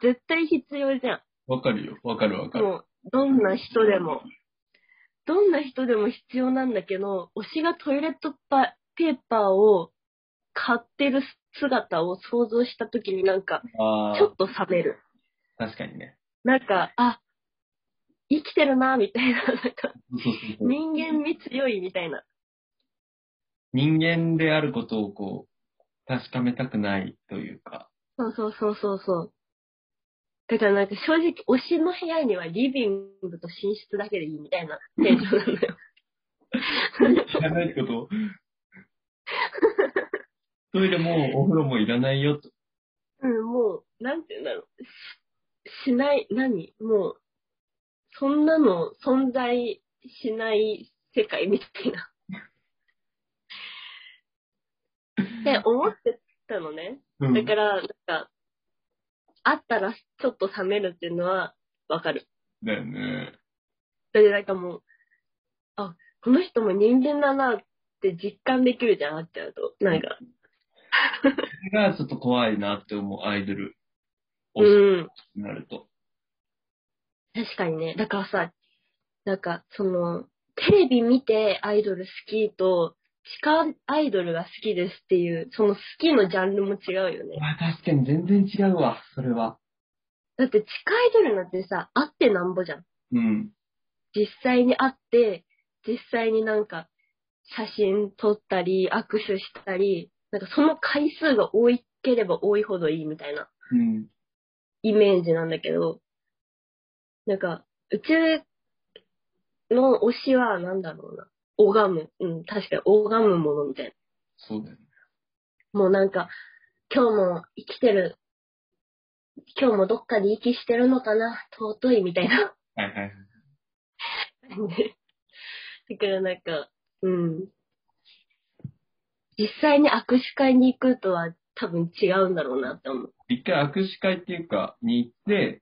絶対必要じゃん。
わかるよ。わかるわかる。
もう、どんな人でも、どんな人でも必要なんだけど、推しがトイレットパペーパーを買ってる姿を想像したときになんか、
あ
ちょっと冷める。
あ、確かにね。
なんか、あ、生きてるな、みたいな、 なんか、
そうそうそう
人間味強いみたいな。
人間であることをこう、確かめたくないというか。
そうそうそうそうそう。だからなんか正直、推しの部屋にはリビングと寝室だけでいいみたい なテンションなのよ。
知らないことを。 トイレもお風呂もいらないよと。
うん、もう、なんて言うんだろう。ししない、何もう、そんなの存在しない世界みたいな。って思ってたのね。
うん
だから、なんか、あったらちょっと冷めるっていうのはわかる。
だよね。
だってなんかもう、あ、この人も人間だなって実感できるじゃん、あっちゃうと。なんか、
それがちょっと怖いなって思う、アイドル。
う
推し
ん。
になると。
確かにね。だからさ、なんか、その、テレビ見てアイドル好きと、地下アイドルが好きですっていう、その好きのジャンルも違うよね。
あ確かに全然違うわ、それは。
だって地下アイドルなんてさ、会ってなんぼじゃん。
うん。
実際に会って、実際になんか、写真撮ったり、握手したり、なんかその回数が多ければ多いほどいいみたいな。
うん。
イメージなんだけど、なんか、うちの推しはなんだろうな。拝む。うん、確かに拝むものみたいな。
そうだよね。
もうなんか、今日も生きてる。今日もどっかで息してるのかな尊いみたいな。
はいはいはい。
だからなんか、うん。実際に握手会に行くとは多分違うんだろうなって思う。
一回握手会っていうか、に行って、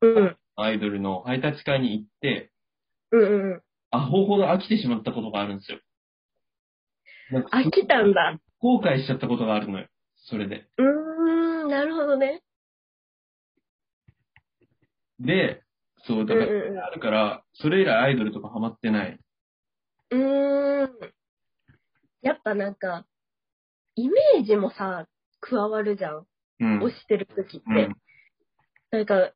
うん。
アイドルのハイタッチ会に行って、
うんうんうん。
アホほど飽きてしまったことがあるんですよ。なんか
飽きたんだ。
後悔しちゃったことがあるのよ。それで。
うーん、なるほどね。
で、そう、
う
だ
ん
か
う
ら、あるから、それ以来アイドルとかハマってない。
んうん。うーん。やっぱなんか、イメージもさ、加わるじゃん。
うん。
推してる時って。
うん
なんか、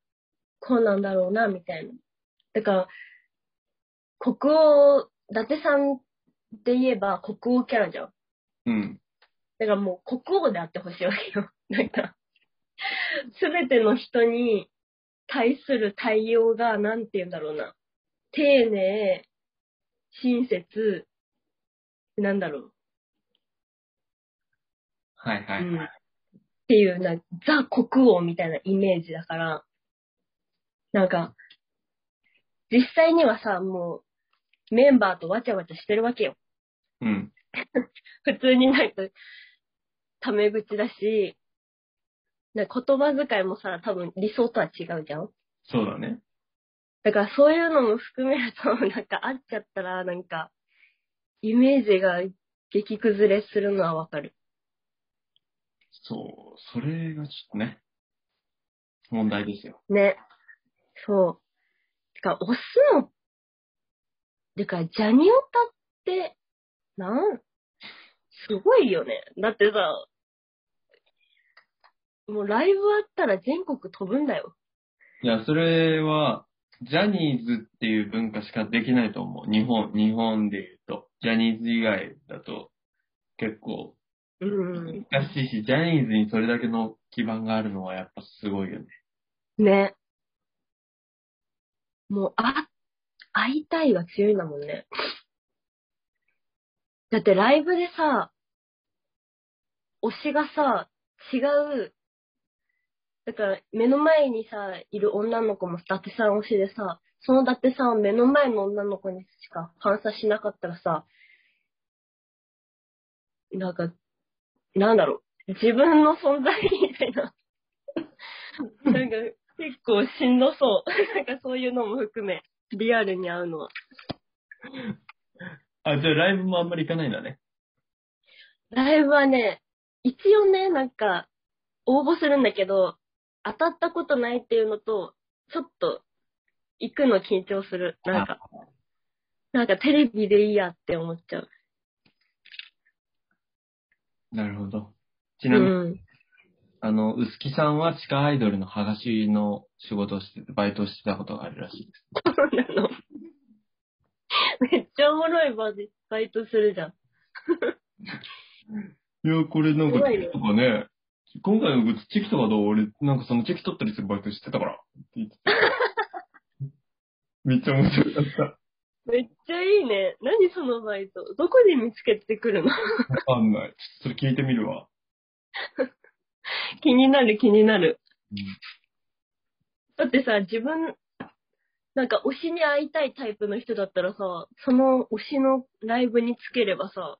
こうなんだろうな、みたいな。だから、国王、伊達さんで言えば国王キャラじゃん。
うん。
だからもう国王であってほしいわけよ。 なんか、すべての人に対する対応が、なんて言うんだろうな。丁寧、親切、なんだろ
はいは
う。
い。
うん。っていうな、ザ国王みたいなイメージだから、なんか、実際にはさ、もう、メンバーとわちゃわちゃしてるわけよ。
うん。
普通になんか、タメ口だし、なんか言葉遣いもさ、多分理想とは違うじゃん
そうだね。
だからそういうのも含めると、なんか会っちゃったら、なんか、イメージが激崩れするのはわかる。
そう、それがちょっとね、問題ですよ。
ね。そう。てか、押すの、てか、ジャニオタって、なん、すごいよね。だってさ、もうライブあったら全国飛ぶんだよ。
いや、それは、ジャニーズっていう文化しかできないと思う。日本、日本で言うと。ジャニーズ以外だと、結構
うん。
難しいし、ジャニーズにそれだけの基盤があるのはやっぱすごいよね。
ね。もう、あ、会いたいが強いんだもんね。だってライブでさ、推しがさ、違う、だから目の前にさ、いる女の子も伊達さん推しでさ、その伊達さんを目の前の女の子にしか反射しなかったらさ、なんか、なんだろう、自分の存在みたいな。なんか、結構しんどそう。 なんかそういうのも含め、リアルに会うのは。
あ、じゃあライブもあんまり行かないんだね。
ライブはね、一応ね、なんか、応募するんだけど、当たったことないっていうのと、ちょっと、行くの緊張する。なんか、なんかテレビでいいやって思っちゃう。
なるほど。ち
う
なみに、
ん。
あの、薄木さんは地下アイドルの剥がしの仕事をして、バイトをしてたことがあるらしいです。
そうなの。 めっちゃおもろいバイバイトするじゃん。
いや、これなん
す
か、
ご
チェ
いね
キとかね、今回のグッズチェキとかどう俺、なんかそのチェキ取ったりするバイトしてたから。って言ってためっちゃ面白かっ
めっちゃいいね。何そのバイト。どこで見つけてくるの
た。わかんない。ちょっとそれ聞いてみるわ。
気になる気になる。
うん
だってさ、自分、なんか推しに会いたいタイプの人だったらさ、その推しのライブにつければさ、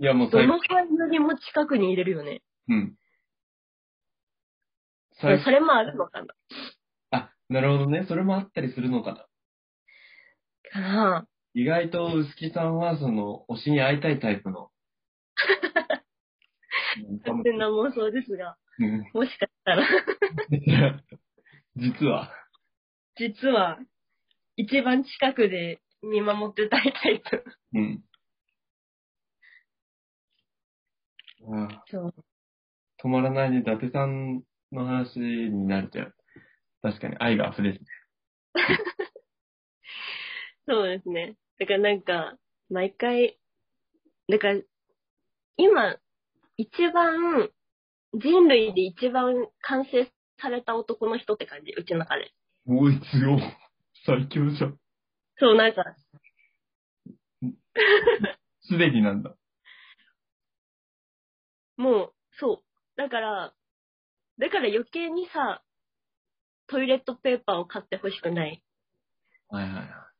いや、もう
ど
最
のファンよりも近くに入れるよね。
うん。
そ
最
れもあるのかな。
あ、なるほどね。それもあったりするのかな。
かな
意外と薄木さんは、その、推しに会いたいタイ プの。う
勝手な妄想ですが、
ん
もしかしたら、
実は。
実は、一番近くで見守ってたいタイプ。
うん。ああ
そう。
止まらないね。伊達さんの話になると、確かに愛が溢れる。
そうですね。だからなんか、毎回、だから、今、一番、人類で一番完成された男の人って感じ、うちの中で。
おい、強い。最強じゃん。
そう、なんか、
すでになんだ。
もう、そう。だから、だから余計にさ、トイレットペーパーを買ってほしくない。
はいはいは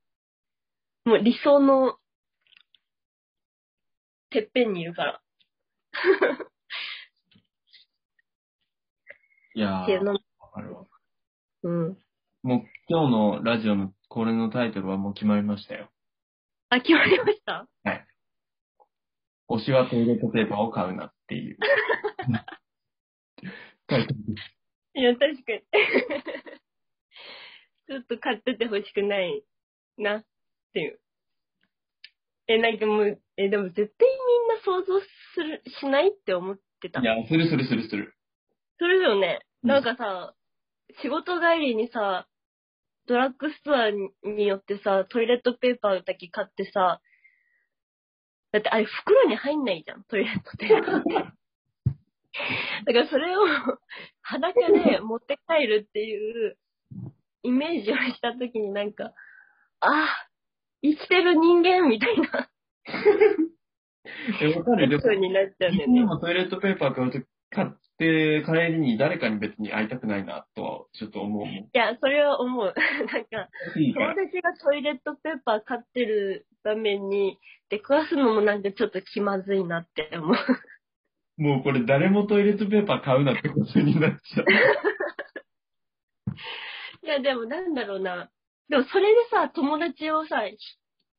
い。
もう理想の、てっぺんにいるから。
いや
っていう
ー、
のも
わかるわ。
うん。
もう今日のラジオのこれのタイトルはもう決まりましたよ。
あ、決まりました
推しはトイレットペーパーを買うなって いう。タイトルです
いや、確かに。 ちょっと買っててほしくないなっていう。え、なんかもう、え、でも絶対みんな想像する、しないって思ってた
い。や、するするするする。
それだよね。
うん
なんかさ、仕事帰りにさ、ドラッグストアによってさ、トイレットペーパーだけ買ってさ、だってあれ袋に入んないじゃん、トイレ ットペーパーって。だからそれを裸で持って帰るっていうイメージをしたときになんか、ああ、生きてる人間みたいな
え、わかるでも
風になっちゃうんだ
自
よ
分で
ね。
もトイレットペーパー買うと買って帰りに誰かに別に会いたくないなとはちょっと思う。
いや、それは思う。 なんか、
いいか
友
ら。
達がトイレットペーパー買ってる場面に出くわすのもなんかちょっと気まずいなって思う。
もうこれ誰もトイレットペーパー買うなってことになっちゃう。
いや、でもなんだろうな。でもそれでさ、友達をさ、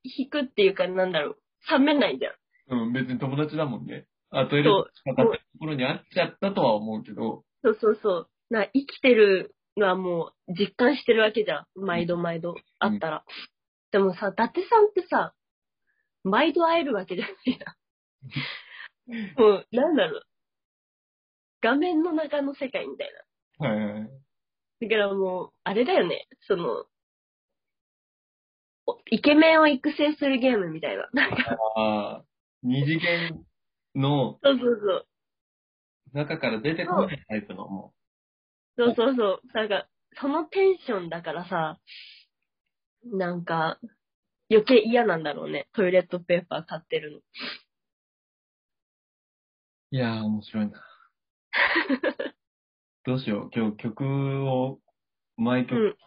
ひ引くっていうかなんだろう。冷めないじゃん。
うん、別に友達だもんね。あ、トイレットペーパー買ったところに会っちゃったとは思うけど、
そうそうそう。な、生きてるのはもう実感してるわけじゃん。毎度毎度あったら。でもさ、伊達さんってさ、毎度会えるわけじゃないじゃん。もう、なんだろう。画面の中の世界みたいな。
はいはいはい。
だからもう、あれだよね。その、おイケメンを育成するゲームみたいな。なんか、
ああ、二次元の
そうそう
中から出てこないタイプのも
そう。そうそうそう。なんか、そのテンションだからさ、なんか、余計嫌なんだろうね。トイレットペーパー買ってるの。
う。いやー、面 白いな。どうしよう。今日曲を毎
う
曲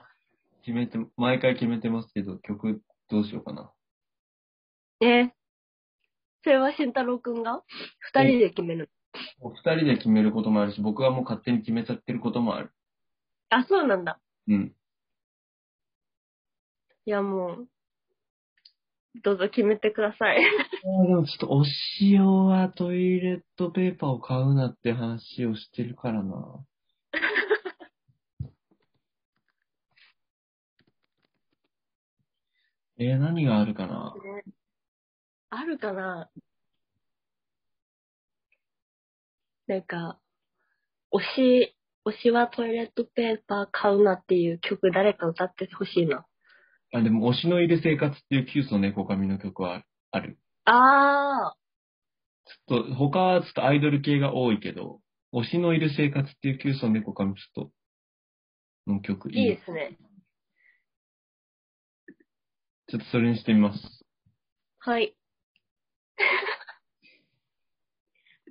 決めて、毎回決めてますけど、曲どうしようかな。
ねそれは慎太郎くんが二人で決める
お二人で決めることもあるし、僕はもう勝手に決めちゃってることもある。
の。あ、そうなんだ。
うん。
いやもう、どうぞ決めてください。
あーでもちょっと、お塩はトイレットペーパーを買うなって話をしてるからな。 えー、何があるかな
あるかななんか、推し、推しはトイレットペーパー買うなっていう曲誰か歌ってほしいな。
あ、でも、推しのいる生活っていう旧祖猫髪の曲はある。
あ
ちょっと、他はちょっとアイドル系が多いけど、推しのいる生活っていう旧祖猫髪ちょっと、の曲
ー、
い
い
い
いですね。
ちょっとそれにしてみます。
はい。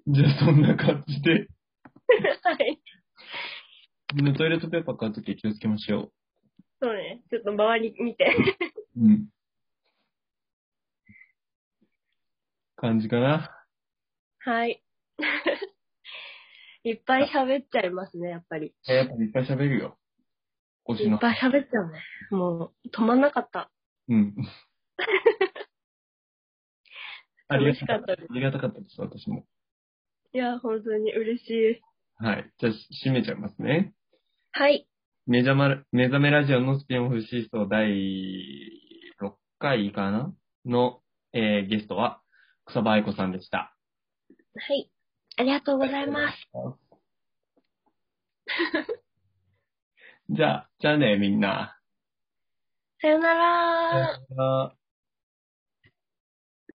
じゃあ、そんな感じで、
はい。
みんなトイレットペーパー買うとき気をつけましょ
そうね。ちょっと周り見て。
う。うん。感じかな。
はい。 いっぱい喋っちゃいますね、やっぱり。
えやっぱいっぱい喋るよ。推し
い
の
っ。ぱい喋っちゃうね。もう、止まんなかった。
うん。ありが
楽したか
かった。あ
ったです。
りがたかったです、私も。
いや、本当に嬉しい。
はい。じゃあ、し締めちゃいますね。
はい。
目覚ま、目覚めラジオのスピンオフシーソー第6回かなの、えーゲストは、草場愛子さんでした。
はい。ありがとうございます。
じゃあ、じゃあね、みんな。
さよなら
さよなら